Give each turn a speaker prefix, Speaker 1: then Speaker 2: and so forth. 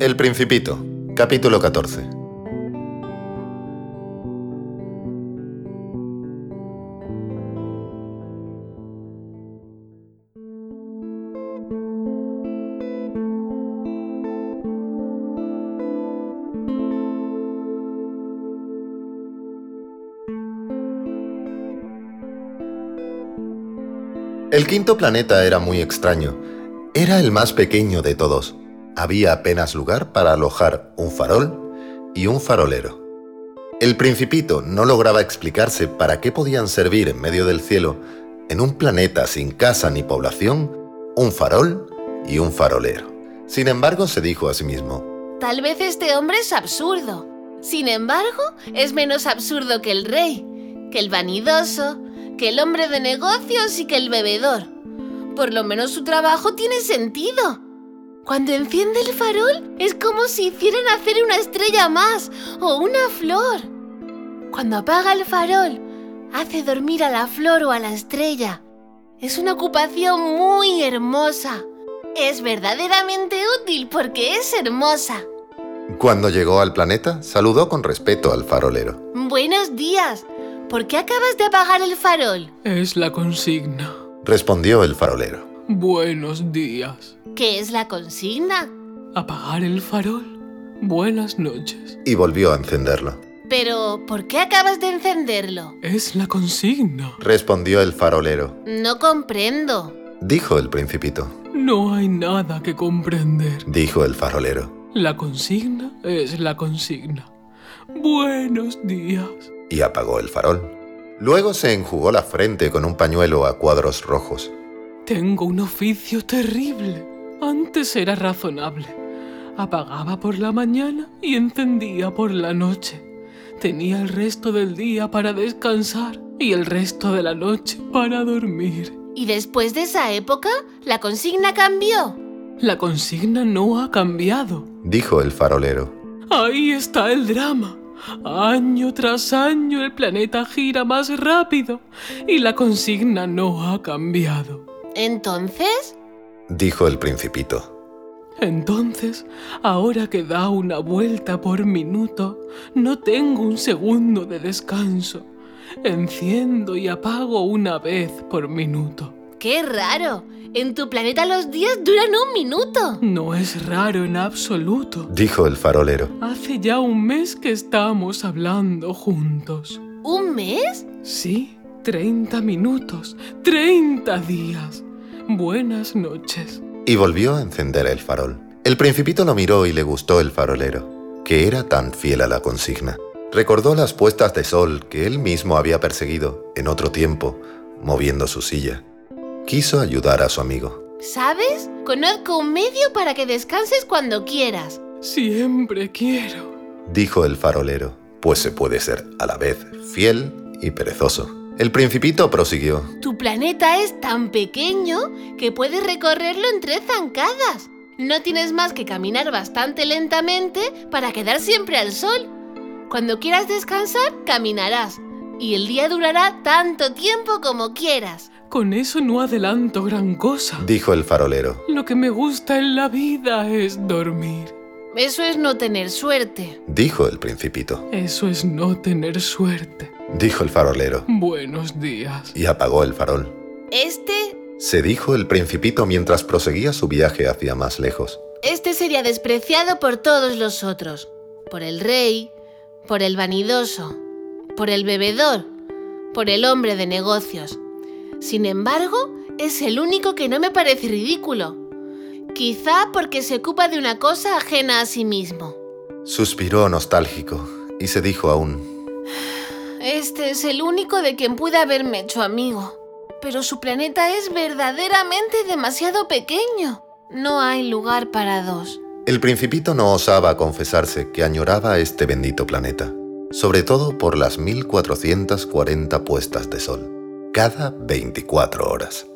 Speaker 1: El Principito, capítulo 14. El quinto planeta era muy extraño. Era el más pequeño de todos. Había apenas lugar para alojar un farol y un farolero. El principito no lograba explicarse para qué podían servir en medio del cielo, en un planeta sin casa ni población, un farol y un farolero. Sin embargo, se dijo a sí mismo,
Speaker 2: Tal vez este hombre es absurdo. Sin embargo, es menos absurdo que el rey, que el vanidoso, que el hombre de negocios y que el bebedor. Por lo menos su trabajo tiene sentido. Cuando enciende el farol es como si hicieran hacer una estrella más o una flor. Cuando apaga el farol, hace dormir a la flor o a la estrella. Es una ocupación muy hermosa. Es verdaderamente útil porque es hermosa.
Speaker 1: Cuando llegó al planeta, saludó con respeto al farolero.
Speaker 2: Buenos días. ¿Por qué acabas de apagar el farol?
Speaker 3: Es la consigna.
Speaker 1: Respondió el farolero.
Speaker 3: Buenos días.
Speaker 2: ¿Qué es la consigna?
Speaker 3: Apagar el farol. Buenas noches.
Speaker 1: Y volvió a encenderlo.
Speaker 2: Pero, ¿por qué acabas de encenderlo?
Speaker 3: Es la consigna.
Speaker 1: Respondió el farolero.
Speaker 2: No comprendo.
Speaker 1: Dijo el principito.
Speaker 3: No hay nada que comprender.
Speaker 1: Dijo el farolero.
Speaker 3: La consigna es la consigna. Buenos días.
Speaker 1: Y apagó el farol. Luego se enjugó la frente con un pañuelo a cuadros rojos.
Speaker 3: Tengo un oficio terrible. Antes era razonable. Apagaba por la mañana y encendía por la noche. Tenía el resto del día para descansar y el resto de la noche para dormir.
Speaker 2: ¿Y después de esa época, la consigna cambió?
Speaker 3: La consigna no ha cambiado.
Speaker 1: Dijo el farolero.
Speaker 3: Ahí está el drama. Año tras año el planeta gira más rápido y la consigna no ha cambiado.
Speaker 2: Entonces,
Speaker 1: Dijo el principito.
Speaker 3: Entonces, ahora que da una vuelta por minuto, no tengo un segundo de descanso. Enciendo y apago una vez por minuto.
Speaker 2: qué raro. En tu planeta los días duran un minuto.
Speaker 3: No es raro en absoluto.
Speaker 1: Dijo el farolero.
Speaker 3: Hace ya un mes que estamos hablando juntos.
Speaker 2: ¿Un mes?
Speaker 3: Sí, 30 minutos, 30 días. Buenas noches.
Speaker 1: Y volvió a encender el farol. El principito lo miró y le gustó el farolero, que era tan fiel a la consigna. Recordó las puestas de sol que él mismo había perseguido en otro tiempo, moviendo su silla. Quiso ayudar a su amigo.
Speaker 2: ¿Sabes? Conozco un medio para que descanses cuando quieras.
Speaker 3: Siempre quiero.
Speaker 1: dijo el farolero, pues se puede ser a la vez fiel y perezoso. El principito prosiguió.
Speaker 2: Tu planeta es tan pequeño que puedes recorrerlo en tres zancadas. No tienes más que caminar bastante lentamente para quedar siempre al sol. Cuando quieras descansar, caminarás. Y el día durará tanto tiempo como quieras.
Speaker 3: Con eso no adelanto gran cosa.
Speaker 1: Dijo el farolero.
Speaker 3: Lo que me gusta en la vida es dormir.
Speaker 2: Eso es no tener suerte.
Speaker 1: Dijo el principito.
Speaker 3: Eso es no tener suerte.
Speaker 1: Dijo el farolero.
Speaker 3: Buenos días.
Speaker 1: Y apagó el farol.
Speaker 2: Este,
Speaker 1: Se dijo el principito mientras proseguía su viaje hacia más lejos.
Speaker 2: este sería despreciado por todos los otros. Por el rey, por el vanidoso, por el bebedor, por el hombre de negocios. Sin embargo, es el único que no me parece ridículo. Quizá porque se ocupa de una cosa ajena a sí mismo.
Speaker 1: Suspiró nostálgico y se dijo aún.
Speaker 2: Este es el único de quien pude haberme hecho amigo. Pero su planeta es verdaderamente demasiado pequeño. No hay lugar para dos.
Speaker 1: El principito no osaba confesarse que añoraba este bendito planeta, sobre todo por las 1440 puestas de sol, cada 24 horas.